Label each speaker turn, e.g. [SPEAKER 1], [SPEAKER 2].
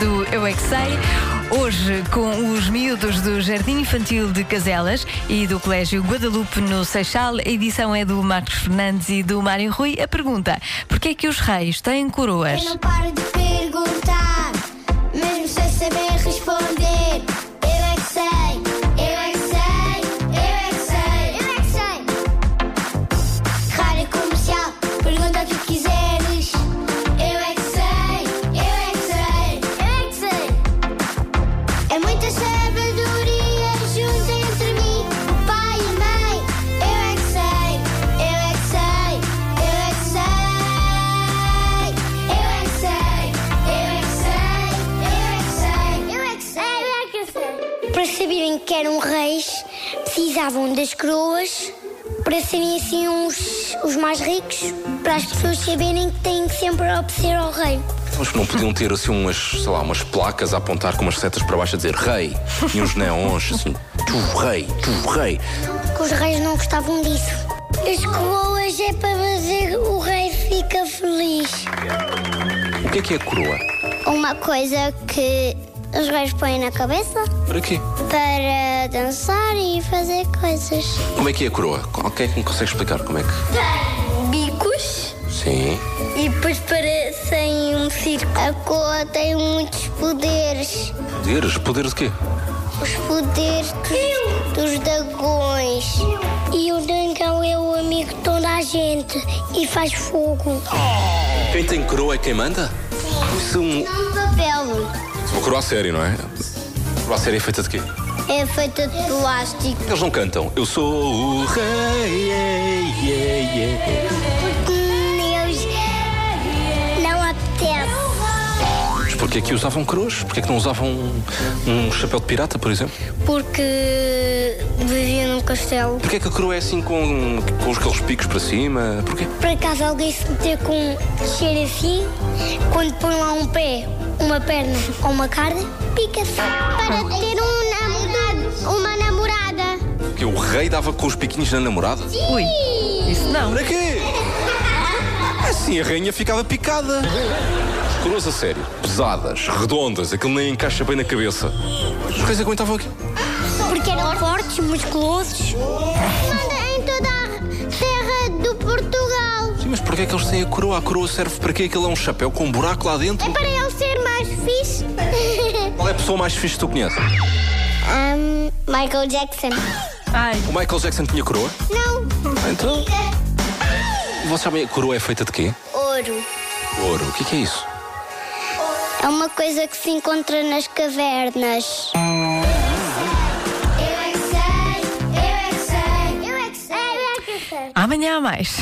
[SPEAKER 1] do Eu É Que Sei. Hoje, com os miúdos do Jardim Infantil de Caselas e do Colégio Guadalupe no Seixal, a edição é do Marcos Fernandes e do Mário Rui. A pergunta: porquê é que os reis têm
[SPEAKER 2] Eu
[SPEAKER 1] coroas?
[SPEAKER 2] não paro de perguntar, mesmo sem saber responder. Eu é que sei, eu é que sei, eu é que sei, eu é que sei. Rádio comercial, pergunta o que quiseres. Eu é que sei, eu é que sei, eu é que sei. É muita sabedoria junto entre mim, o pai e a mãe. Eu é que sei, eu é que sei, eu é que sei. Eu é que sei, eu é que sei, eu é que sei, eu é que sei, eu é que sei. Para saberem que eram reis, precisavam das coroas. Para serem assim os, os mais ricos, para as pessoas saberem que têm que sempre obedecer ao rei.
[SPEAKER 3] Mas não podiam ter assim umas, sei lá, umas placas a apontar com umas setas para baixo a dizer rei e uns neons assim, tu rei, tu rei.
[SPEAKER 2] que os reis não gostavam disso. As coroas é para fazer o rei fica feliz.
[SPEAKER 3] O que é que é a coroa?
[SPEAKER 2] Uma coisa que os reis põem na cabeça
[SPEAKER 3] Para quê?
[SPEAKER 2] para dançar e fazer coisas.
[SPEAKER 3] Como é que é a coroa? Alguém que me consegue explicar como é que.
[SPEAKER 2] Tem bicos
[SPEAKER 3] Sim.
[SPEAKER 2] e depois parecem um circo. A coroa tem muitos poderes.
[SPEAKER 3] Poderes? Poderes de quê?
[SPEAKER 2] Os poderes dos, dos dragões. E o dragão é o amigo de toda a gente e faz fogo.
[SPEAKER 3] Quem tem coroa é quem manda? Isso é um.
[SPEAKER 2] Um papel.
[SPEAKER 3] Uma coroa a sério, não é? Coroa a sério é feita de quê?
[SPEAKER 2] É feita de plástico.
[SPEAKER 3] Eles não cantam. Eu sou o rei. yeah, yeah, yeah.
[SPEAKER 2] Deus não apetece.
[SPEAKER 3] Mas porquê é que usavam coroas? Porquê é que não usavam um, um chapéu de pirata, por exemplo?
[SPEAKER 2] Porque vivia num castelo.
[SPEAKER 3] Porquê é que a coroa é assim com, com os aqueles picos para cima? Porquê?
[SPEAKER 2] Por acaso alguém se meter com um cheiro assim, quando põe lá um pé, uma perna ou uma carne, pica-se. Para ter um namorado, uma namorada.
[SPEAKER 3] Porque o rei dava com os piquinhos na namorada?
[SPEAKER 1] Ui, isso não.
[SPEAKER 3] Para quê? Assim a rainha ficava picada. Coroas a sério, pesadas, redondas, aquilo nem encaixa bem na cabeça. Os reis aguentavam aqui.
[SPEAKER 2] Porque eram fortes, musculosos. Manda em toda a terra do Portugal.
[SPEAKER 3] Sim, mas porquê é que eles têm a coroa? A coroa serve para quê? Aquilo é um chapéu com um buraco lá dentro?
[SPEAKER 2] É para eu ser mais fixe.
[SPEAKER 3] Qual é a pessoa mais fixe que tu conheces?
[SPEAKER 2] Michael Jackson.
[SPEAKER 1] Ai,
[SPEAKER 3] O Michael Jackson tinha coroa?
[SPEAKER 2] Não. é
[SPEAKER 3] Ah, Então, vocês sabem a coroa é feita de quê?
[SPEAKER 2] Ouro.
[SPEAKER 3] Ouro. O que é que é isso?
[SPEAKER 2] É uma coisa que se encontra nas cavernas. Eu é que sei, eu é que sei, eu é que sei, eu é que sei.
[SPEAKER 1] amanhã há mais.